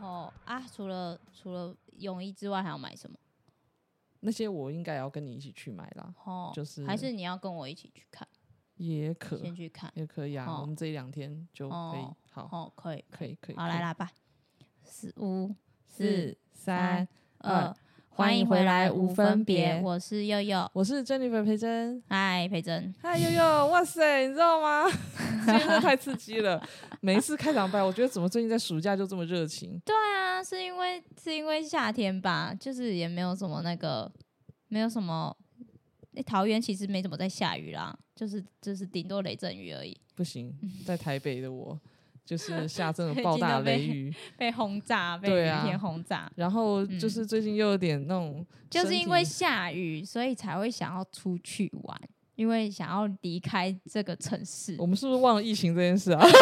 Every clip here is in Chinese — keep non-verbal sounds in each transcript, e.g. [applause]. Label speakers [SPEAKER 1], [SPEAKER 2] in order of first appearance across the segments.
[SPEAKER 1] 后啊，除了除了泳衣之外，还要买什么？
[SPEAKER 2] 那些我应该也要跟你一起去买啦，
[SPEAKER 1] 哦，
[SPEAKER 2] 就是
[SPEAKER 1] 还是你要跟我一起去看，
[SPEAKER 2] 也可
[SPEAKER 1] 先去看。
[SPEAKER 2] 也可以啊，
[SPEAKER 1] 哦
[SPEAKER 2] 我们这一两天就可以
[SPEAKER 1] 哦，
[SPEAKER 2] 好，
[SPEAKER 1] 哦，可以，
[SPEAKER 2] 可以可以，
[SPEAKER 1] 好
[SPEAKER 2] 可以
[SPEAKER 1] 来，啦吧，四五
[SPEAKER 2] 四三
[SPEAKER 1] 三，二
[SPEAKER 2] 二，欢迎回来
[SPEAKER 1] 无
[SPEAKER 2] 无分别
[SPEAKER 1] 我是佑佑，
[SPEAKER 2] 我是 Jennifer 裴珍，
[SPEAKER 1] 嗨，培珍，
[SPEAKER 2] 嗨悠悠，哇塞，你知道吗？今天真的太刺激了，每一次开场白，我觉得怎么最近在暑假就这么热情？
[SPEAKER 1] 对啊，是因为是因为夏天吧，就是也没有什么那个，没有什么。诶桃园其实没怎么在下雨啦，就是就是顶多雷阵雨而已，
[SPEAKER 2] 不行，在台北的我就是下这种
[SPEAKER 1] 最
[SPEAKER 2] 暴
[SPEAKER 1] 近
[SPEAKER 2] 大
[SPEAKER 1] 都被
[SPEAKER 2] 雷雨，
[SPEAKER 1] 被轰炸，被
[SPEAKER 2] 对啊
[SPEAKER 1] 雨天轰炸，
[SPEAKER 2] 然后就是最近又有点那种身体，
[SPEAKER 1] 嗯就是因为下雨，所以才会想要出去玩，因为想要离开这个城市
[SPEAKER 2] 我。们是不是忘了疫情这件事啊？ [laughs]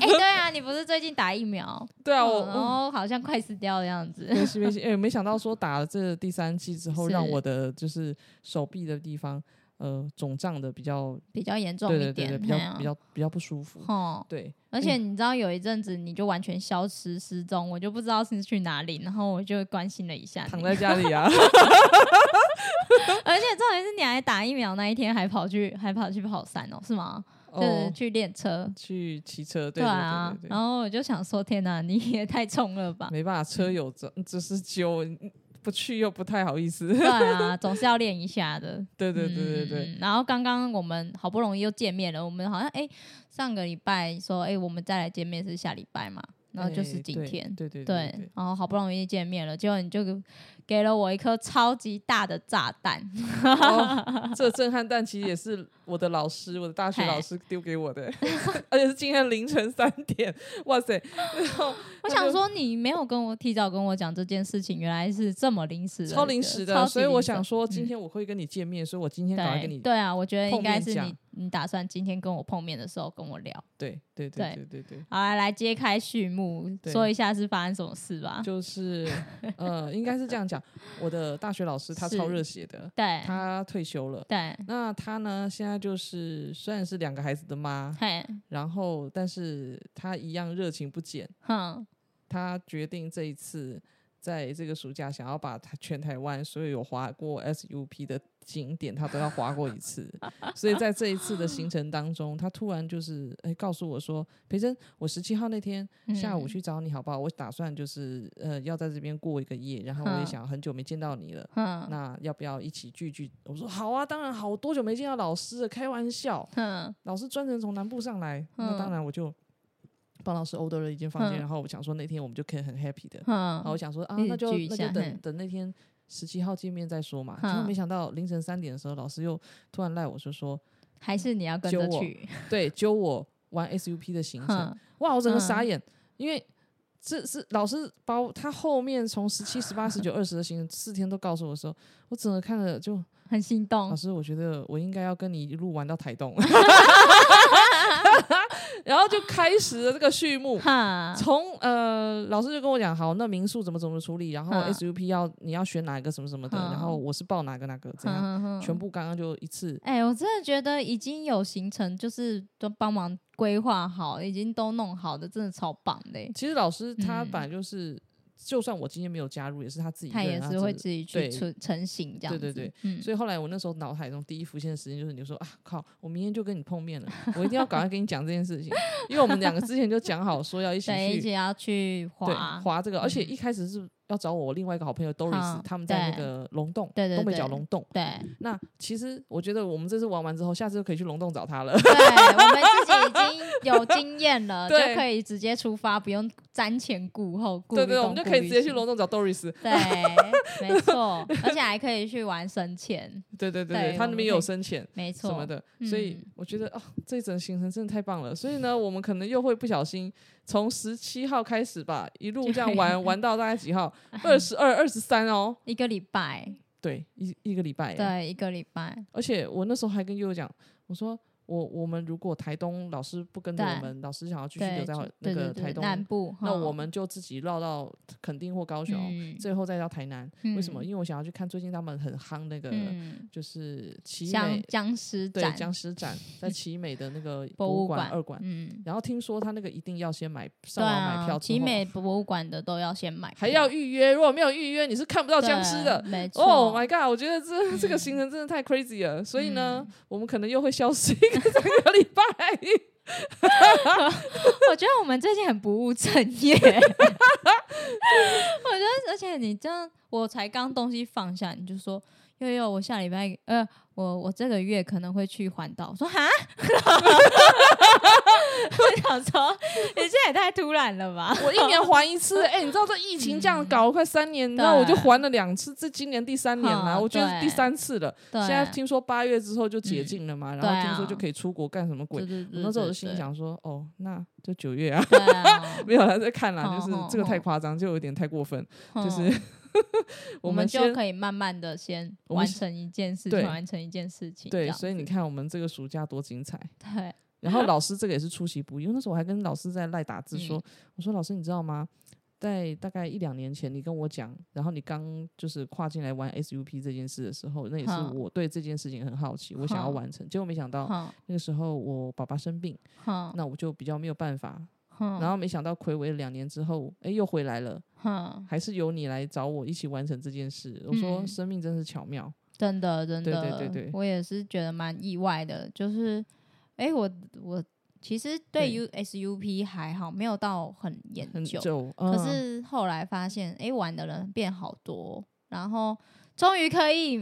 [SPEAKER 1] 哎、对啊，你不是最近打疫苗，
[SPEAKER 2] 对啊，我
[SPEAKER 1] 嗯然
[SPEAKER 2] 我
[SPEAKER 1] 后好像快死掉的样子。
[SPEAKER 2] 没事没事，哎，没想到说打了这第三剂之后，
[SPEAKER 1] 是
[SPEAKER 2] 让我的就是手臂的地方呃肿胀的比较，
[SPEAKER 1] [laughs] 比较严重
[SPEAKER 2] 对
[SPEAKER 1] 一
[SPEAKER 2] 对对
[SPEAKER 1] 点，
[SPEAKER 2] 对，比
[SPEAKER 1] 嘿
[SPEAKER 2] 较
[SPEAKER 1] 啊
[SPEAKER 2] 比较嗯比较不舒服，
[SPEAKER 1] 吼。
[SPEAKER 2] 对。
[SPEAKER 1] 而且你知道有一阵子你就完全消失失踪，我就不知道是去哪里，然后我就关心了一下
[SPEAKER 2] 躺
[SPEAKER 1] 你。
[SPEAKER 2] 在家里啊，
[SPEAKER 1] [laughs] 而且重点是你还打疫苗那一天还跑去还跑去跑山哦，是吗？就是
[SPEAKER 2] 哦，
[SPEAKER 1] 去练车。
[SPEAKER 2] 去骑车，对
[SPEAKER 1] 啊，
[SPEAKER 2] 对对对
[SPEAKER 1] 然
[SPEAKER 2] 对，
[SPEAKER 1] 后我就想说，天哪，你也太冲了吧！
[SPEAKER 2] 没办法，
[SPEAKER 1] 嗯
[SPEAKER 2] 车友这只是揪，不去又不太好意思，
[SPEAKER 1] 对啊，总是要练一下的。
[SPEAKER 2] 对对 [laughs] 对对对，
[SPEAKER 1] 嗯。然后刚刚我们好不容易又见面了，我们好像哎、上个礼拜说哎、我们再来见面是下礼拜嘛，然后就是
[SPEAKER 2] 哎
[SPEAKER 1] 今
[SPEAKER 2] 对
[SPEAKER 1] 天。
[SPEAKER 2] 对对
[SPEAKER 1] [laughs] 对，然后好不容易见面了，结果你就给给了我一颗超级大的炸
[SPEAKER 2] [laughs]
[SPEAKER 1] 弹，
[SPEAKER 2] 哦这震撼弹其实也是我的老师，我的大学老师丢给我的， [laughs] 而且是今天凌晨三点，哇塞！然后
[SPEAKER 1] 我想说你没有跟我提早跟我讲这件事情，原来是这么临时的一个，
[SPEAKER 2] 超临时
[SPEAKER 1] 超
[SPEAKER 2] 的，
[SPEAKER 1] 级
[SPEAKER 2] 所以我
[SPEAKER 1] 临时
[SPEAKER 2] 想说，今
[SPEAKER 1] 嗯
[SPEAKER 2] 天我会跟你见面，所以我今天赶快跟
[SPEAKER 1] 对
[SPEAKER 2] 你，
[SPEAKER 1] 对啊，我觉得应
[SPEAKER 2] 碰
[SPEAKER 1] 该
[SPEAKER 2] 面
[SPEAKER 1] 是你
[SPEAKER 2] 讲
[SPEAKER 1] 你打算今天跟我碰面的时候跟我聊，
[SPEAKER 2] 对对对对对对，
[SPEAKER 1] 好来来揭开序幕，
[SPEAKER 2] 对
[SPEAKER 1] 说一下是发生什么事吧。 [laughs]
[SPEAKER 2] 就是呃，应该是这样讲，我的大学老师他
[SPEAKER 1] 是
[SPEAKER 2] 超热血的，
[SPEAKER 1] 对
[SPEAKER 2] 他退休了。
[SPEAKER 1] 对，
[SPEAKER 2] 那他呢？现在就是虽然是两个孩子的妈，
[SPEAKER 1] 嘿，
[SPEAKER 2] 然后但是他一样热情不减。
[SPEAKER 1] 哼，
[SPEAKER 2] 他决定这一次在这个暑假想要把他全台湾所有有划过 SUP 的景点，他都要划过一次。所以在这一次的行程当中，他突然就是哎告诉我说：“培珍，我十七号那天下午
[SPEAKER 1] 嗯
[SPEAKER 2] 去找你好不好？我打算就是呃要在这边过一个夜，然后我也
[SPEAKER 1] 嗯
[SPEAKER 2] 想很久没见到你了。”
[SPEAKER 1] 哼
[SPEAKER 2] 那要不要一起聚聚？我说好啊，当然好，我多久没见到老师了？开玩笑，
[SPEAKER 1] 哼，
[SPEAKER 2] 老师专程从南部上来，那当
[SPEAKER 1] 嗯
[SPEAKER 2] 然我就帮老师 order 了一间房间，
[SPEAKER 1] 嗯
[SPEAKER 2] 然后我想说那天我们就可以很 happy 的，然后我
[SPEAKER 1] 哼，
[SPEAKER 2] 想说啊，
[SPEAKER 1] 一
[SPEAKER 2] 那
[SPEAKER 1] 起
[SPEAKER 2] 就
[SPEAKER 1] 聚一
[SPEAKER 2] 那就
[SPEAKER 1] 下
[SPEAKER 2] 等
[SPEAKER 1] 嘿
[SPEAKER 2] 等那天十七号见面再说嘛。结果
[SPEAKER 1] 嗯
[SPEAKER 2] 没想到凌晨三点的时候，老师又突然赖我说说，
[SPEAKER 1] 还是你要跟
[SPEAKER 2] 揪
[SPEAKER 1] 着
[SPEAKER 2] 我
[SPEAKER 1] 去，
[SPEAKER 2] 对，揪我玩 SUP 的行程，
[SPEAKER 1] 哼，
[SPEAKER 2] 哇，我整个
[SPEAKER 1] 嗯
[SPEAKER 2] 傻眼，因为。这是老师把我他后面从十七、十八、十九、二十的行程四天都告诉我的时候，我整个看了就
[SPEAKER 1] 很心
[SPEAKER 2] 老
[SPEAKER 1] 动，
[SPEAKER 2] 师，我觉得我应该要跟你一路玩到台
[SPEAKER 1] [laughs]
[SPEAKER 2] 东，然后就开始了这个序
[SPEAKER 1] [laughs]
[SPEAKER 2] 幕。
[SPEAKER 1] 哈，
[SPEAKER 2] 从呃，老师就跟我讲，好，那民宿怎么怎么处理，然后
[SPEAKER 1] 嗯
[SPEAKER 2] SUP 要你要选哪一个什么什么的，
[SPEAKER 1] 嗯
[SPEAKER 2] 然后我是报哪个哪个怎样，
[SPEAKER 1] 哼哼
[SPEAKER 2] 全。部刚刚就一次。
[SPEAKER 1] 哎、我真的觉得已经有行程，就是都帮忙规划好，已经都弄好的，真的超棒的欸、
[SPEAKER 2] 其实老师他
[SPEAKER 1] 嗯
[SPEAKER 2] 本来就是，就算我今天没有加入，也是他自己一个
[SPEAKER 1] 他
[SPEAKER 2] 人，啊
[SPEAKER 1] 也是会
[SPEAKER 2] 自
[SPEAKER 1] 自己
[SPEAKER 2] 对
[SPEAKER 1] 去成成型这样
[SPEAKER 2] 对
[SPEAKER 1] 子。
[SPEAKER 2] 对对
[SPEAKER 1] 嗯，
[SPEAKER 2] 所以后来我那时候脑海中第一浮现的时间就是你说啊靠，我明天就跟你碰面了，我一定要赶快跟你讲这件事情，因为我们两个之前就讲好说要一起
[SPEAKER 1] [laughs] 对，
[SPEAKER 2] 去
[SPEAKER 1] 一起要去
[SPEAKER 2] 对，
[SPEAKER 1] 滑，
[SPEAKER 2] 划这个，而且
[SPEAKER 1] 嗯
[SPEAKER 2] 一开始是要找我另外一个好朋友 Doris，
[SPEAKER 1] 好
[SPEAKER 2] 他们在那
[SPEAKER 1] 对
[SPEAKER 2] 个龙洞，
[SPEAKER 1] 对对
[SPEAKER 2] 东北角
[SPEAKER 1] 对
[SPEAKER 2] 龙洞。
[SPEAKER 1] 对
[SPEAKER 2] 那其实我觉得我们这次玩完之后，下次就可以去龙洞找
[SPEAKER 1] [laughs]
[SPEAKER 2] 他了。
[SPEAKER 1] 对，我们自己已经
[SPEAKER 2] [laughs]
[SPEAKER 1] 有经验了，就
[SPEAKER 2] 对
[SPEAKER 1] 可以直接出发，不用瞻前顾后，顾
[SPEAKER 2] 对
[SPEAKER 1] 虑
[SPEAKER 2] 对，我
[SPEAKER 1] 东
[SPEAKER 2] 们就
[SPEAKER 1] 顾
[SPEAKER 2] 可以
[SPEAKER 1] 虑
[SPEAKER 2] 直接
[SPEAKER 1] 西
[SPEAKER 2] 去龙洞找 Doris。
[SPEAKER 1] [laughs] 对，没错，而且还可以去玩深潜，
[SPEAKER 2] 对对对
[SPEAKER 1] 对
[SPEAKER 2] 对，他
[SPEAKER 1] 我
[SPEAKER 2] 那
[SPEAKER 1] 们
[SPEAKER 2] 边
[SPEAKER 1] 可
[SPEAKER 2] 有
[SPEAKER 1] 以
[SPEAKER 2] 深潜
[SPEAKER 1] 没
[SPEAKER 2] 什
[SPEAKER 1] 错。
[SPEAKER 2] 么的，所以
[SPEAKER 1] 嗯
[SPEAKER 2] 我觉得哦，这一整行程真的太棒了。所以呢，我们可能又会不小心从十七号开始吧，一路这样
[SPEAKER 1] [laughs]
[SPEAKER 2] 玩玩到大概几号？二十二、二十三哦。
[SPEAKER 1] 一个礼拜，
[SPEAKER 2] 对，一一个礼拜耶。
[SPEAKER 1] 对，一个礼拜，
[SPEAKER 2] 而且我那时候还跟悠悠讲，我说我我们如果台东老师不跟着我
[SPEAKER 1] 对
[SPEAKER 2] 们，老师想要继续
[SPEAKER 1] 对
[SPEAKER 2] 留在
[SPEAKER 1] 就
[SPEAKER 2] 那
[SPEAKER 1] 对
[SPEAKER 2] 个
[SPEAKER 1] 对对
[SPEAKER 2] 台东，
[SPEAKER 1] 南部，
[SPEAKER 2] 那
[SPEAKER 1] 哈
[SPEAKER 2] 我们就自己绕到垦丁或高雄，
[SPEAKER 1] 嗯
[SPEAKER 2] 最后再到台南。为什么？
[SPEAKER 1] 嗯
[SPEAKER 2] 因为我想要去看最近他们很夯那个，
[SPEAKER 1] 嗯，
[SPEAKER 2] 就是奇
[SPEAKER 1] 像
[SPEAKER 2] 美
[SPEAKER 1] 僵尸
[SPEAKER 2] 对
[SPEAKER 1] 展
[SPEAKER 2] 僵
[SPEAKER 1] [laughs]
[SPEAKER 2] 尸展，在奇美的那个
[SPEAKER 1] 博
[SPEAKER 2] 物
[SPEAKER 1] 物
[SPEAKER 2] 馆
[SPEAKER 1] 馆
[SPEAKER 2] 二馆。
[SPEAKER 1] 嗯，
[SPEAKER 2] 然后听说他那个一定要先买
[SPEAKER 1] 对
[SPEAKER 2] 上网买
[SPEAKER 1] 啊，
[SPEAKER 2] 票之
[SPEAKER 1] 奇
[SPEAKER 2] 后，
[SPEAKER 1] 美博物馆的都要先买票，
[SPEAKER 2] 还要预约。如果没有预约，你是看不到
[SPEAKER 1] 对
[SPEAKER 2] 僵尸的。
[SPEAKER 1] 没错。
[SPEAKER 2] Oh my god！我觉得这这个
[SPEAKER 1] 嗯
[SPEAKER 2] 行程真的太 crazy 了，所以呢，我们可能又会消失一个整个礼拜。
[SPEAKER 1] [laughs]
[SPEAKER 2] [laughs]
[SPEAKER 1] 我觉得我们最近很不务正 [laughs] 业。我觉得，而且你这样，我才刚东西放下，你就说悠悠，我下礼拜，呃，我我这个月可能会去环岛。我说哈， [laughs] 我想说，你这也太突然了吧？
[SPEAKER 2] 我一年还一次，哎、你知道这疫情这样搞了快三年，那、我就
[SPEAKER 1] 嗯对
[SPEAKER 2] 还了两次，这今年第三年啦，
[SPEAKER 1] 嗯
[SPEAKER 2] 我觉得是第
[SPEAKER 1] 对
[SPEAKER 2] 三次了。
[SPEAKER 1] [laughs] 对，啊
[SPEAKER 2] 现在听说八月之后就解禁了嘛，然
[SPEAKER 1] 对
[SPEAKER 2] 后
[SPEAKER 1] 啊
[SPEAKER 2] 听说就可以出国干什么鬼
[SPEAKER 1] 对，对对
[SPEAKER 2] 我那时候我
[SPEAKER 1] 对
[SPEAKER 2] 就心
[SPEAKER 1] 对
[SPEAKER 2] 想说，哦，那就九月啊，
[SPEAKER 1] 对啊
[SPEAKER 2] 没有啦，在看啦，
[SPEAKER 1] 哦
[SPEAKER 2] 就是
[SPEAKER 1] 哦
[SPEAKER 2] 这个太
[SPEAKER 1] 哦
[SPEAKER 2] 夸张，就有点太过分， [laughs] 就是 [laughs]
[SPEAKER 1] 嗯我
[SPEAKER 2] 们
[SPEAKER 1] 们就
[SPEAKER 2] 先。
[SPEAKER 1] 可以慢慢的先
[SPEAKER 2] 我们
[SPEAKER 1] 完
[SPEAKER 2] 是
[SPEAKER 1] 成一件事情，
[SPEAKER 2] 对
[SPEAKER 1] 完成一件事情这
[SPEAKER 2] 对，
[SPEAKER 1] 样子。
[SPEAKER 2] 所以你看我们这个暑假多精彩。
[SPEAKER 1] 对，
[SPEAKER 2] 然后
[SPEAKER 1] [laughs]
[SPEAKER 2] 老师这个也是出其不意，因为那时候我还跟老师在赖打字
[SPEAKER 1] 嗯
[SPEAKER 2] 说，我说老师你知道吗？在大概一两年前，你跟我讲，然后你刚就是跨进来玩 SUP 这件事的时候，那也是
[SPEAKER 1] 哼
[SPEAKER 2] 我对这件事情很好奇，我想要
[SPEAKER 1] 哼
[SPEAKER 2] 完成，结果没想到
[SPEAKER 1] 哼
[SPEAKER 2] 那个时候我爸爸生病，
[SPEAKER 1] 哼
[SPEAKER 2] 那我就比较没有办法。
[SPEAKER 1] 哼，
[SPEAKER 2] 然后没想到暌违了两年之后，哎，又回来了，
[SPEAKER 1] 哼，
[SPEAKER 2] 还是由你来找我一起完成这件事。我说
[SPEAKER 1] 嗯
[SPEAKER 2] 生命真是巧妙，
[SPEAKER 1] 真的，真
[SPEAKER 2] 对对
[SPEAKER 1] 的，
[SPEAKER 2] 对对
[SPEAKER 1] 我也是觉得蛮意外的。就是，哎、我我其实对
[SPEAKER 2] 对
[SPEAKER 1] U S U P 还好，没有到很研
[SPEAKER 2] 很
[SPEAKER 1] 究，
[SPEAKER 2] 久。
[SPEAKER 1] 可
[SPEAKER 2] 嗯
[SPEAKER 1] 是后来发现，哎、玩的人变好多，然后终于可以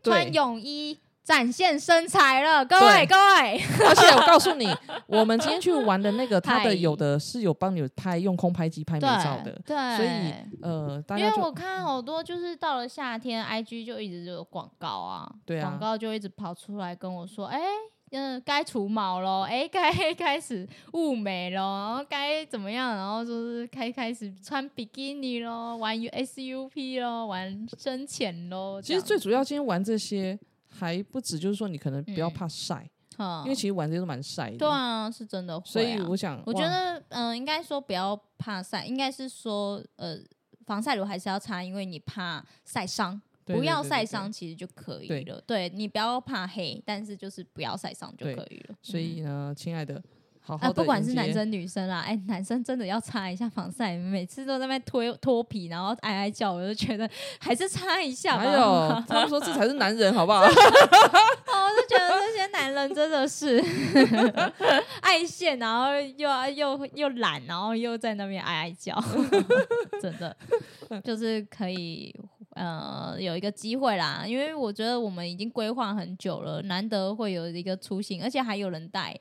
[SPEAKER 1] 穿
[SPEAKER 2] 对
[SPEAKER 1] 泳衣展现身材了，各
[SPEAKER 2] 对
[SPEAKER 1] 位各位， [laughs]
[SPEAKER 2] 而且我告诉你，我们今天去玩的那个，它的
[SPEAKER 1] 嗨
[SPEAKER 2] 有的是有帮你拍用空拍机拍美照的
[SPEAKER 1] 对，对，
[SPEAKER 2] 所以呃，大
[SPEAKER 1] 因
[SPEAKER 2] 家
[SPEAKER 1] 为
[SPEAKER 2] 就
[SPEAKER 1] 我看好多，就是到了夏天，IG 就一直就有广告啊，
[SPEAKER 2] 对啊
[SPEAKER 1] 广告就一直跑出来跟我说，哎、嗯、该除毛喽，哎、该开始雾眉喽，然后该怎么样，然后就是开开始穿比基尼喽，玩 U S U P 喽，玩深潜喽。
[SPEAKER 2] 其实最
[SPEAKER 1] 这
[SPEAKER 2] 主要今天玩这些还不止，就是说你可能不要
[SPEAKER 1] 嗯
[SPEAKER 2] 怕晒，
[SPEAKER 1] 样，
[SPEAKER 2] 因为其实玩这些都蛮晒的。
[SPEAKER 1] 嗯嗯对啊，是真的会啊、
[SPEAKER 2] 所以我想，
[SPEAKER 1] 我觉
[SPEAKER 2] 哇
[SPEAKER 1] 得，嗯、应该说不要怕晒，应该是说，呃，防晒乳还是要擦，因为你怕晒伤。
[SPEAKER 2] 对
[SPEAKER 1] 不
[SPEAKER 2] 对
[SPEAKER 1] 要
[SPEAKER 2] 对
[SPEAKER 1] 晒
[SPEAKER 2] 对
[SPEAKER 1] 伤其实就可以
[SPEAKER 2] 对
[SPEAKER 1] 了。对你不要怕黑，但是就是不要晒伤就
[SPEAKER 2] 对
[SPEAKER 1] 可以了。嗯
[SPEAKER 2] 所以呢，亲爱的，好好
[SPEAKER 1] 啊，
[SPEAKER 2] 的，
[SPEAKER 1] 不管是男。生女生啦，哎、男生真的要擦一下防晒，每次都在那边脱脱皮，然后哀哀叫，我就觉得还是擦一下吧。
[SPEAKER 2] 还
[SPEAKER 1] [laughs]
[SPEAKER 2] 有，他们说这才是男人，好不好？
[SPEAKER 1] 我哦就觉得这些男人真的是 [laughs] 爱现，然后又又又懒，然后又在那边哀哀叫， [laughs] 真的就是可以呃有一个机会啦，因为我觉得我们已经规划很久了，难得会有一个出行，而且还有人带，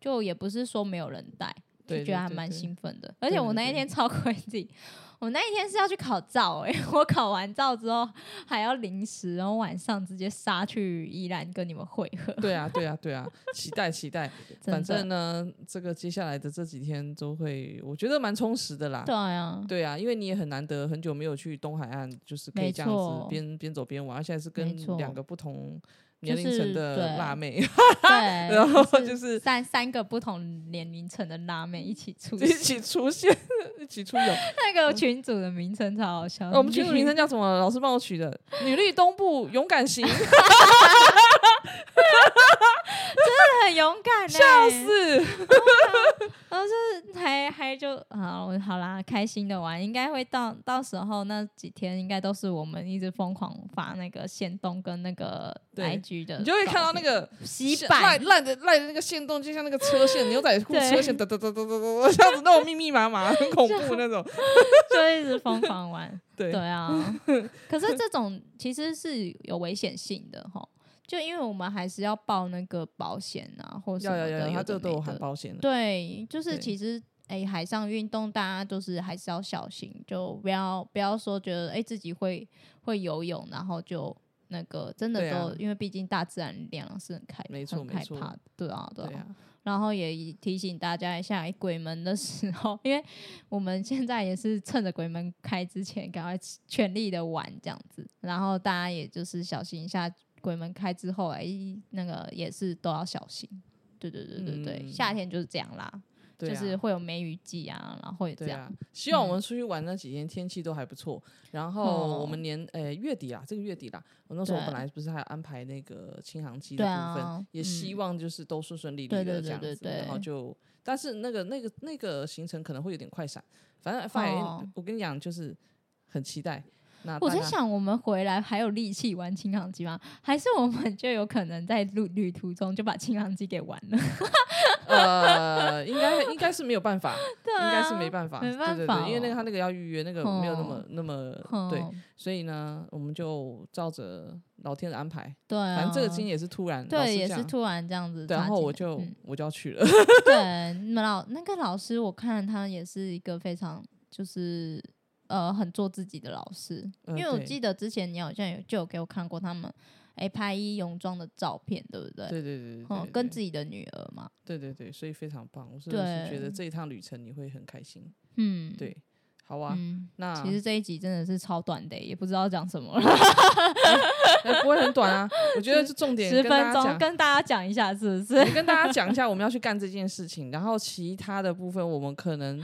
[SPEAKER 1] 就也不是说没有人带。就
[SPEAKER 2] 对
[SPEAKER 1] 觉
[SPEAKER 2] 对
[SPEAKER 1] 得还
[SPEAKER 2] 对
[SPEAKER 1] 蛮
[SPEAKER 2] 对
[SPEAKER 1] 兴奋的，
[SPEAKER 2] 对
[SPEAKER 1] 而且我
[SPEAKER 2] 对
[SPEAKER 1] 那一
[SPEAKER 2] 对
[SPEAKER 1] 天超 [laughs] 亏自己，我那一天是要去考照哎、 [laughs] 我考完照之后还要临时，然后晚上直接杀去宜兰跟你们会合。
[SPEAKER 2] 对啊，对啊，对啊，期待期待。
[SPEAKER 1] 真
[SPEAKER 2] 反
[SPEAKER 1] 的
[SPEAKER 2] 正呢，这个接下来的这几天都会，我觉得蛮充实的啦。
[SPEAKER 1] 对
[SPEAKER 2] [laughs]
[SPEAKER 1] 啊，
[SPEAKER 2] 对啊，因为你也很难得很久没有去东海岸，就是可以
[SPEAKER 1] 没
[SPEAKER 2] 这样子
[SPEAKER 1] 错
[SPEAKER 2] 边边走边玩，而且还是
[SPEAKER 1] 没
[SPEAKER 2] 跟
[SPEAKER 1] 错
[SPEAKER 2] 两个不同
[SPEAKER 1] 就
[SPEAKER 2] 年龄层
[SPEAKER 1] 是
[SPEAKER 2] 的
[SPEAKER 1] 对
[SPEAKER 2] 辣妹， [laughs]
[SPEAKER 1] 对，
[SPEAKER 2] 然后就
[SPEAKER 1] 就是三三个不同年龄层的辣妹一起
[SPEAKER 2] [laughs]
[SPEAKER 1] 出
[SPEAKER 2] 一
[SPEAKER 1] 席，
[SPEAKER 2] 起出现，一起出游。
[SPEAKER 1] 那个群组的名称超好笑。
[SPEAKER 2] 呃我们群组名称叫什么？老师帮我取的，女力东部勇
[SPEAKER 1] [laughs]
[SPEAKER 2] 敢行，
[SPEAKER 1] 很勇敢、欸，笑
[SPEAKER 2] 是
[SPEAKER 1] 然后就是还还就好好啦，开心的玩，应该会到到时候那几天应该都是我们一直疯狂发那个线动跟那个
[SPEAKER 2] 对
[SPEAKER 1] IG 的照片，
[SPEAKER 2] 你就会看到
[SPEAKER 1] [laughs]
[SPEAKER 2] 那个
[SPEAKER 1] 洗
[SPEAKER 2] 像赖
[SPEAKER 1] 版，
[SPEAKER 2] 赖的赖的那个线动，就像那个车线，牛仔裤
[SPEAKER 1] 对
[SPEAKER 2] 车线，哒哒哒哒哒哒，这样子那种密密麻麻，很恐怖那种。
[SPEAKER 1] 就一直疯狂玩。
[SPEAKER 2] 对
[SPEAKER 1] 对
[SPEAKER 2] [laughs]
[SPEAKER 1] 啊，可是这种其实是有危险性的哈，就因为我们还是要报那个保险啊，或什
[SPEAKER 2] 要
[SPEAKER 1] 么
[SPEAKER 2] 要
[SPEAKER 1] 的，
[SPEAKER 2] 要，他
[SPEAKER 1] 有
[SPEAKER 2] 这
[SPEAKER 1] 的
[SPEAKER 2] 个都有
[SPEAKER 1] 没
[SPEAKER 2] 含
[SPEAKER 1] 的。
[SPEAKER 2] 保险的。
[SPEAKER 1] 对，就是
[SPEAKER 2] 对
[SPEAKER 1] 其实哎、海上运动大家就是还是要小心，就不要不要说觉得哎、自己会会游泳，然后就那个真的
[SPEAKER 2] 对
[SPEAKER 1] 都、
[SPEAKER 2] 啊
[SPEAKER 1] 因为毕竟大自然力量是很开
[SPEAKER 2] 没错
[SPEAKER 1] 很
[SPEAKER 2] 没
[SPEAKER 1] 害
[SPEAKER 2] 错
[SPEAKER 1] 怕的，对啊对
[SPEAKER 2] 对
[SPEAKER 1] 啊。
[SPEAKER 2] 啊，
[SPEAKER 1] 然后也提醒大家一下，鬼门的时候，因为我们现在也是趁着鬼门开之前，赶快全力的玩这样子，然后大家也就是小心一下，鬼门开之后，哎，那个也是都要小心。对对对对对，
[SPEAKER 2] 嗯
[SPEAKER 1] 夏天就是这样啦，
[SPEAKER 2] 对
[SPEAKER 1] 就
[SPEAKER 2] 啊
[SPEAKER 1] 是会有梅雨季啊，然后也这
[SPEAKER 2] 对
[SPEAKER 1] 样。嗯
[SPEAKER 2] 啊，希望我们出去玩那几天天气都还不错。然后我
[SPEAKER 1] 哦
[SPEAKER 2] 们年呃月底啦，这个月底啦，我那时候
[SPEAKER 1] 对
[SPEAKER 2] 本来不是还有安排那个轻航机的
[SPEAKER 1] 对
[SPEAKER 2] 部分，
[SPEAKER 1] 啊
[SPEAKER 2] 也希
[SPEAKER 1] 嗯
[SPEAKER 2] 望就是都顺顺利利
[SPEAKER 1] 对
[SPEAKER 2] 的
[SPEAKER 1] 对
[SPEAKER 2] 这
[SPEAKER 1] 对
[SPEAKER 2] 样子。
[SPEAKER 1] 对
[SPEAKER 2] 然后
[SPEAKER 1] 对
[SPEAKER 2] 就，但是那个那个那个行程可能会有点快闪，反正反正、
[SPEAKER 1] 哦
[SPEAKER 2] 我跟你讲，就是很期待。那
[SPEAKER 1] 我
[SPEAKER 2] 大
[SPEAKER 1] 在
[SPEAKER 2] 家，
[SPEAKER 1] 想，我们回来还有力气玩清航机吗？还是我们就有可能在路旅途中就把清航机给玩了？
[SPEAKER 2] 呃，应该应该是没有办法，
[SPEAKER 1] [laughs] 对、
[SPEAKER 2] 应
[SPEAKER 1] 啊，
[SPEAKER 2] 该是没办法，
[SPEAKER 1] 没办
[SPEAKER 2] 对对
[SPEAKER 1] 法
[SPEAKER 2] 对，因为那个
[SPEAKER 1] 哦
[SPEAKER 2] 他那个要预约，那个没有那么、那么对，
[SPEAKER 1] 嗯
[SPEAKER 2] 所以呢，我们就照着老天的安排，
[SPEAKER 1] 对啊，
[SPEAKER 2] 反正这个经也是突然，老
[SPEAKER 1] 对
[SPEAKER 2] 实
[SPEAKER 1] 也是
[SPEAKER 2] 讲
[SPEAKER 1] 突然这样子插进
[SPEAKER 2] 对
[SPEAKER 1] 来，
[SPEAKER 2] 然后我就、
[SPEAKER 1] 嗯
[SPEAKER 2] 我就要去了，
[SPEAKER 1] 对你们老那个老师，我看他也是一个非常就是呃很做自己的老师，
[SPEAKER 2] 嗯
[SPEAKER 1] 因为我
[SPEAKER 2] 对
[SPEAKER 1] 记得之前你好像有就有给我看过他们哎、拍衣泳装的照片，对不对？
[SPEAKER 2] 对对对对
[SPEAKER 1] 嗯
[SPEAKER 2] 对，
[SPEAKER 1] 跟
[SPEAKER 2] 对
[SPEAKER 1] 自己的女儿嘛，
[SPEAKER 2] 对对对，所以非常棒，我真的是觉得
[SPEAKER 1] 对
[SPEAKER 2] 这一趟旅程你会很开心，
[SPEAKER 1] 嗯，，
[SPEAKER 2] 对，好啊，
[SPEAKER 1] 嗯。
[SPEAKER 2] 那
[SPEAKER 1] 其实这一集真的是超短的，也不知道讲什么了，
[SPEAKER 2] 哎不会很
[SPEAKER 1] [laughs]
[SPEAKER 2] 短啊，我觉得是重点
[SPEAKER 1] 十
[SPEAKER 2] 跟
[SPEAKER 1] 分
[SPEAKER 2] 大
[SPEAKER 1] 钟
[SPEAKER 2] 家讲。
[SPEAKER 1] 跟大家讲一下，是不是？
[SPEAKER 2] 我跟大家讲一
[SPEAKER 1] [laughs]
[SPEAKER 2] 下，我们要去干这件事情，然后其他的部分我们可能，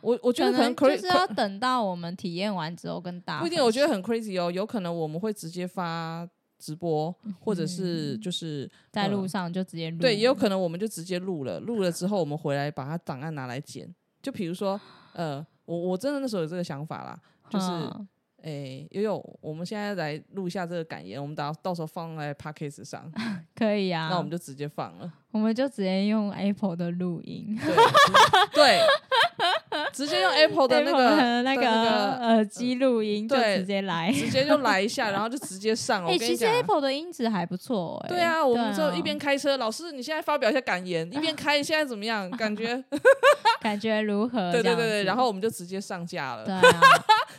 [SPEAKER 2] 我我觉得可能
[SPEAKER 1] 就
[SPEAKER 2] cra-
[SPEAKER 1] 是要等到我们体验完之后跟大家
[SPEAKER 2] 不一定，
[SPEAKER 1] 分
[SPEAKER 2] 我觉得
[SPEAKER 1] 享
[SPEAKER 2] 很 crazy 哦，有可能我们会直接发直播，
[SPEAKER 1] 嗯
[SPEAKER 2] 或者是就是
[SPEAKER 1] 在路
[SPEAKER 2] 呃
[SPEAKER 1] 上就直接录，
[SPEAKER 2] 对，也有可能我们就直接录了，录了之后我们回来把它档案拿来剪。就比如说，呃，我我真的那时候有这个想法啦，就是
[SPEAKER 1] 嗯
[SPEAKER 2] 诶，悠悠，我们现在来录一下这个感言，我们到到时候放在 p a c k a g e 上，
[SPEAKER 1] 可以啊，
[SPEAKER 2] 那我们就直接放了，
[SPEAKER 1] 我们就直接用 Apple 的录音， [laughs]
[SPEAKER 2] 对直对，直接用 Apple 的那
[SPEAKER 1] Apple
[SPEAKER 2] 个
[SPEAKER 1] 的那
[SPEAKER 2] 的
[SPEAKER 1] 个
[SPEAKER 2] 那
[SPEAKER 1] 耳机录音就
[SPEAKER 2] 对
[SPEAKER 1] 直接来。 [laughs]
[SPEAKER 2] 直接就来一下，然后就直接上了。
[SPEAKER 1] 哎，
[SPEAKER 2] 我跟
[SPEAKER 1] 其
[SPEAKER 2] 你
[SPEAKER 1] 实
[SPEAKER 2] 讲啊。
[SPEAKER 1] Apple 的音质还不错哎。
[SPEAKER 2] 对啊，我们就一
[SPEAKER 1] 啊
[SPEAKER 2] 边开车，老师你现在发表一下感言，一边开，现在怎么样？
[SPEAKER 1] [laughs]
[SPEAKER 2] 感觉
[SPEAKER 1] 感觉如何？
[SPEAKER 2] 对对对
[SPEAKER 1] 这样
[SPEAKER 2] 对，
[SPEAKER 1] 子
[SPEAKER 2] 然后我们就直接上架
[SPEAKER 1] 对
[SPEAKER 2] 了，
[SPEAKER 1] 啊，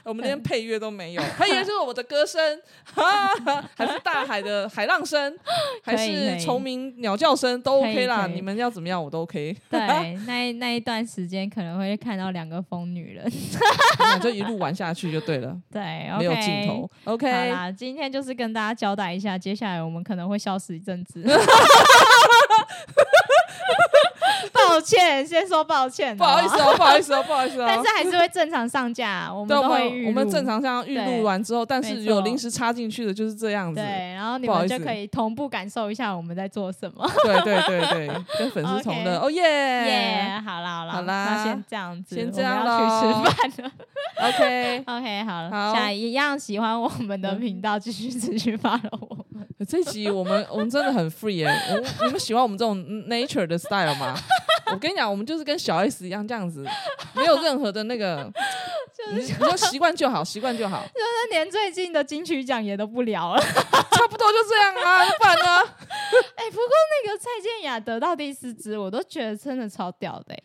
[SPEAKER 2] 我们连配乐都没
[SPEAKER 1] [laughs]
[SPEAKER 2] 有，配乐就是我们的歌声， [laughs] 哈哈还是大海的海浪
[SPEAKER 1] [laughs]
[SPEAKER 2] 声，还
[SPEAKER 1] 可以可
[SPEAKER 2] 是
[SPEAKER 1] 以
[SPEAKER 2] 虫鸣鸟叫声都
[SPEAKER 1] 可以
[SPEAKER 2] OK 啦，
[SPEAKER 1] 可以
[SPEAKER 2] 你们要怎么样我都 OK， [laughs]
[SPEAKER 1] 对那一那一段时间可能会看到两个疯女人，
[SPEAKER 2] 那就一路玩下去就对了，
[SPEAKER 1] 对，
[SPEAKER 2] [laughs] 没
[SPEAKER 1] [laughs]
[SPEAKER 2] 有
[SPEAKER 1] OK
[SPEAKER 2] 尽头。
[SPEAKER 1] 好
[SPEAKER 2] OK，
[SPEAKER 1] 啦，今天就是跟大家交代一下，接下来我们可能会消失一阵子。 [laughs] 抱歉，先说抱歉、
[SPEAKER 2] 不好意思，哦，不好意思哦，不好意思哦。
[SPEAKER 1] [laughs] 但是还是会正常上架，我们
[SPEAKER 2] 对啊我
[SPEAKER 1] 都会
[SPEAKER 2] 们
[SPEAKER 1] 预
[SPEAKER 2] 我们
[SPEAKER 1] 录
[SPEAKER 2] 正常上预
[SPEAKER 1] 对
[SPEAKER 2] 录完之后，但
[SPEAKER 1] 没
[SPEAKER 2] 是
[SPEAKER 1] 错
[SPEAKER 2] 有临时插进去的就是这样子。
[SPEAKER 1] 对，然后你
[SPEAKER 2] 不好
[SPEAKER 1] 们
[SPEAKER 2] 意
[SPEAKER 1] 就
[SPEAKER 2] 思
[SPEAKER 1] 可以同步感受一下我们在做什么。
[SPEAKER 2] 对对对对，
[SPEAKER 1] [laughs]
[SPEAKER 2] 跟粉丝同乐，哦耶
[SPEAKER 1] 耶，好啦好啦，
[SPEAKER 2] 好
[SPEAKER 1] 那
[SPEAKER 2] 啦
[SPEAKER 1] 先这样子，
[SPEAKER 2] 先
[SPEAKER 1] 我
[SPEAKER 2] 这
[SPEAKER 1] 们要
[SPEAKER 2] 样咯
[SPEAKER 1] 去吃饭了。
[SPEAKER 2] ，OK。
[SPEAKER 1] [laughs] OK，好了，
[SPEAKER 2] 好
[SPEAKER 1] 下一样喜欢我们的频道，继续持续 follow 我们。
[SPEAKER 2] 这集我们我 [laughs] 们真的很 free 耶、我你们喜欢我们这种 nature 的 style 吗？ [laughs] 我跟你讲，我们就是跟小 S 一样这样子，没有任何的那
[SPEAKER 1] [laughs]
[SPEAKER 2] 个，你你就习惯就好，习惯就好，
[SPEAKER 1] 那连最近的金曲奖也都不聊
[SPEAKER 2] [laughs]
[SPEAKER 1] 了。
[SPEAKER 2] 差不多就这样啊，不然
[SPEAKER 1] [laughs]
[SPEAKER 2] 呢？
[SPEAKER 1] 哎、不过那个蔡健雅得到第四支，我都觉得真的超屌的欸、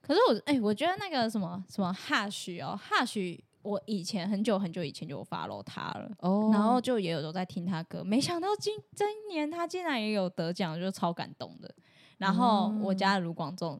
[SPEAKER 1] 可是我哎、我觉得那个什么什么哈许哦，哈许，我以前很久很久以前就 follow 他了。
[SPEAKER 2] 哦
[SPEAKER 1] 然后就也有都在听他歌，没想到今今年他竟然也有得奖，就超感动的。然后我家的卢广仲，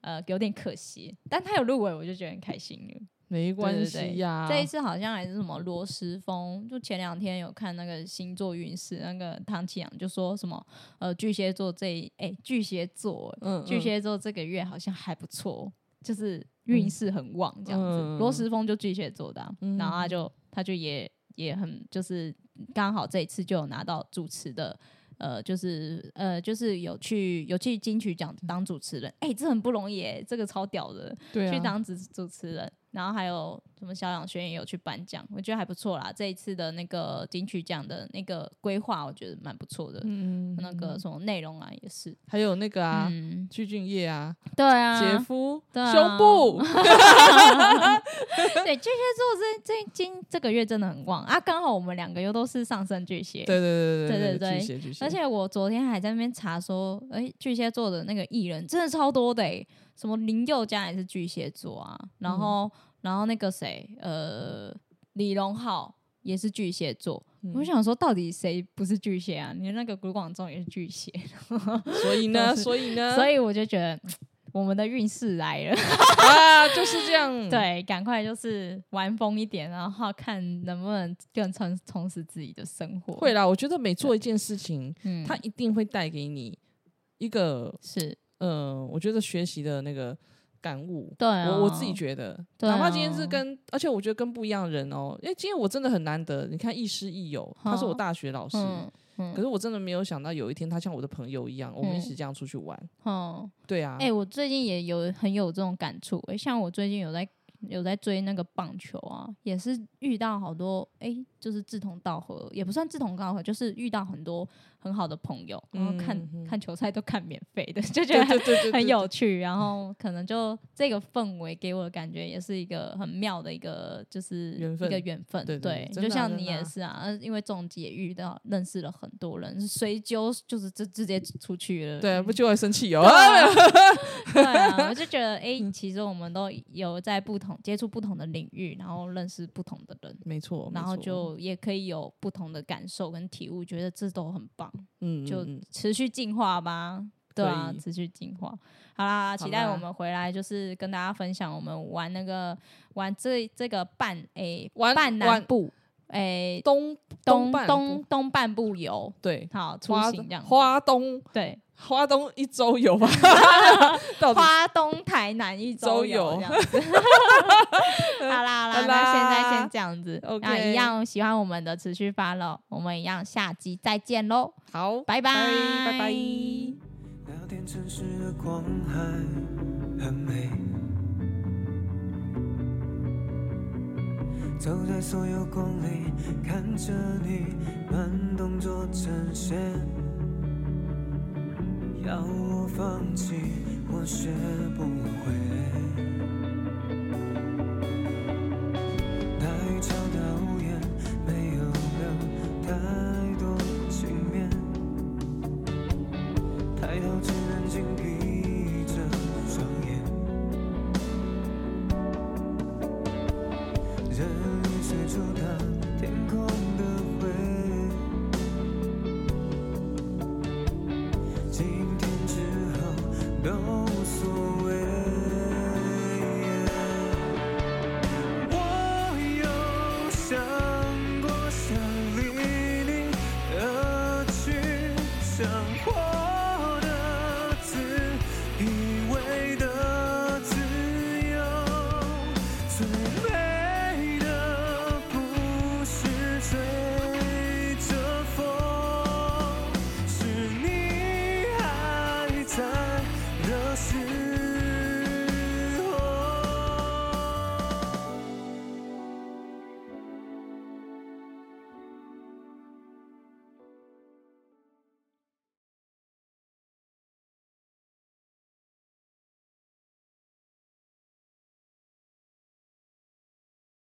[SPEAKER 1] 呃，有点可惜，但他有入围，我就觉得很开心了。
[SPEAKER 2] 没关系呀、
[SPEAKER 1] 这一次好像还是什么罗时峰，就前两天有看那个星座运势，那个唐启阳就说什么呃巨蟹座这一哎、巨蟹座
[SPEAKER 2] 嗯
[SPEAKER 1] 巨蟹座这个月好像还不错，哦就是运势很旺这样子。
[SPEAKER 2] 嗯
[SPEAKER 1] 罗时峰就巨蟹座的啊、
[SPEAKER 2] 嗯
[SPEAKER 1] 然后他就他就也也很就是刚好这一次就有拿到主持的。呃，就是呃，就是有去有去金曲奖当主持人，哎、这很不容易、哎，这个超屌的。
[SPEAKER 2] 对啊，
[SPEAKER 1] 去当主主持人，然后还有什么肖养轩也有去颁奖，我觉得还不错啦。这一次的那个金曲奖的那个规划，我觉得蛮不错的。
[SPEAKER 2] 嗯，嗯
[SPEAKER 1] 那个什么内容啊，也是，
[SPEAKER 2] 还有那个啊，
[SPEAKER 1] 嗯，
[SPEAKER 2] 具俊晔啊，
[SPEAKER 1] 对啊，
[SPEAKER 2] 姐夫、
[SPEAKER 1] 对啊
[SPEAKER 2] 胸部，
[SPEAKER 1] [laughs] 对巨蟹座这这今这个月真的很旺啊，刚好我们两个又都是上升巨蟹，
[SPEAKER 2] 对
[SPEAKER 1] [laughs] 对
[SPEAKER 2] 对
[SPEAKER 1] 对
[SPEAKER 2] 对
[SPEAKER 1] 对
[SPEAKER 2] 巨蟹巨蟹，
[SPEAKER 1] 而且我昨天还在那边查说，哎、巨蟹座的那个艺人真的超多的、欸，什么林宥嘉也是巨蟹座啊，然后、然后那个谁，呃，李荣浩也是巨蟹座。我想说，到底谁不是巨蟹啊？你那个古广仲也是巨蟹，
[SPEAKER 2] 所以
[SPEAKER 1] [laughs]
[SPEAKER 2] 呢，
[SPEAKER 1] 都是
[SPEAKER 2] 所以呢，
[SPEAKER 1] 所以我就觉得嗯我们的运势来了。
[SPEAKER 2] [laughs] 啊，就是这样，
[SPEAKER 1] 对，赶快就是玩疯一点，然后看能不能更充充实自己的生活。
[SPEAKER 2] 会啦，我觉得每做一件事情，
[SPEAKER 1] 嗯，
[SPEAKER 2] 它一定会带给你一个
[SPEAKER 1] 是
[SPEAKER 2] 呃，我觉得学习的那个感悟。
[SPEAKER 1] 对啊，
[SPEAKER 2] 我我自己觉得，
[SPEAKER 1] 对
[SPEAKER 2] 哪怕今天是
[SPEAKER 1] 啊
[SPEAKER 2] 跟，而且我觉得跟不一样的人哦，因为今天我真的很难得，你看亦师亦友，他是我
[SPEAKER 1] 好
[SPEAKER 2] 大学老师，
[SPEAKER 1] 嗯
[SPEAKER 2] 可是我真的没有想到有一天他像我的朋友一样，我们一
[SPEAKER 1] 嗯
[SPEAKER 2] 起这样出去玩。
[SPEAKER 1] 嗯，
[SPEAKER 2] 对啊，
[SPEAKER 1] 哎、我最近也有很有这种感触、欸，像我最近有在有在追那个棒球啊，也是遇到好多哎、欸就是志同道合，也不算志同道合，就是遇到很多很好的朋友，然后看、
[SPEAKER 2] 嗯嗯
[SPEAKER 1] 看球赛都看免费的， [laughs] 就觉
[SPEAKER 2] 对
[SPEAKER 1] 得
[SPEAKER 2] 对
[SPEAKER 1] 很
[SPEAKER 2] 对对，对
[SPEAKER 1] 很有趣。然后可能就这个氛围给我的感觉也是一个很妙的一个，就是
[SPEAKER 2] 缘
[SPEAKER 1] 一
[SPEAKER 2] 分
[SPEAKER 1] 个缘分。
[SPEAKER 2] 对对对真
[SPEAKER 1] 就
[SPEAKER 2] 的啊
[SPEAKER 1] 像
[SPEAKER 2] 真
[SPEAKER 1] 你
[SPEAKER 2] 的啊
[SPEAKER 1] 也是啊，呃因为中介遇到认识了很多人，随揪就是直直接出去了。嗯
[SPEAKER 2] 对啊，不就会生气哦。
[SPEAKER 1] 啊对啊，我就觉得，哎、
[SPEAKER 2] 嗯
[SPEAKER 1] 其实我们都有在不同接触不同的领域，然后认识不同的人，
[SPEAKER 2] 没错，
[SPEAKER 1] 然
[SPEAKER 2] 没
[SPEAKER 1] 后
[SPEAKER 2] 错
[SPEAKER 1] 就也可以有不同的感受跟体悟，觉得这都很棒，
[SPEAKER 2] 嗯
[SPEAKER 1] 就
[SPEAKER 2] 嗯嗯
[SPEAKER 1] 持续进化吧。对啊
[SPEAKER 2] 可，以
[SPEAKER 1] 持续进化。好啦，期待
[SPEAKER 2] 好啦
[SPEAKER 1] 我们回来就是跟大家分享我们玩那个玩这这个半诶、
[SPEAKER 2] 玩
[SPEAKER 1] 半南
[SPEAKER 2] 玩
[SPEAKER 1] 部诶、
[SPEAKER 2] 东
[SPEAKER 1] 东
[SPEAKER 2] 半
[SPEAKER 1] 东
[SPEAKER 2] 部
[SPEAKER 1] 东半部游，
[SPEAKER 2] 对
[SPEAKER 1] 好出
[SPEAKER 2] 花
[SPEAKER 1] 行这样子。
[SPEAKER 2] 花东
[SPEAKER 1] 对，
[SPEAKER 2] 花东一周
[SPEAKER 1] [laughs]
[SPEAKER 2] 游吧，到底
[SPEAKER 1] 花东、台南一周游
[SPEAKER 2] 周游
[SPEAKER 1] 这样
[SPEAKER 2] [laughs]
[SPEAKER 1] 子。好啦好啦，
[SPEAKER 2] 好啦
[SPEAKER 1] 那现在先这样子。
[SPEAKER 2] OK
[SPEAKER 1] 那一样喜欢我们的持续发了，我们一样下集再见喽，
[SPEAKER 2] 好，
[SPEAKER 1] 拜拜
[SPEAKER 2] 拜拜。
[SPEAKER 3] 那天城市的光还很美，走在所有光里，看着你慢动作呈现，要我放弃，我学不会。那一场的屋檐没有留太多情面。抬头只能紧闭着双眼。人鱼随处荡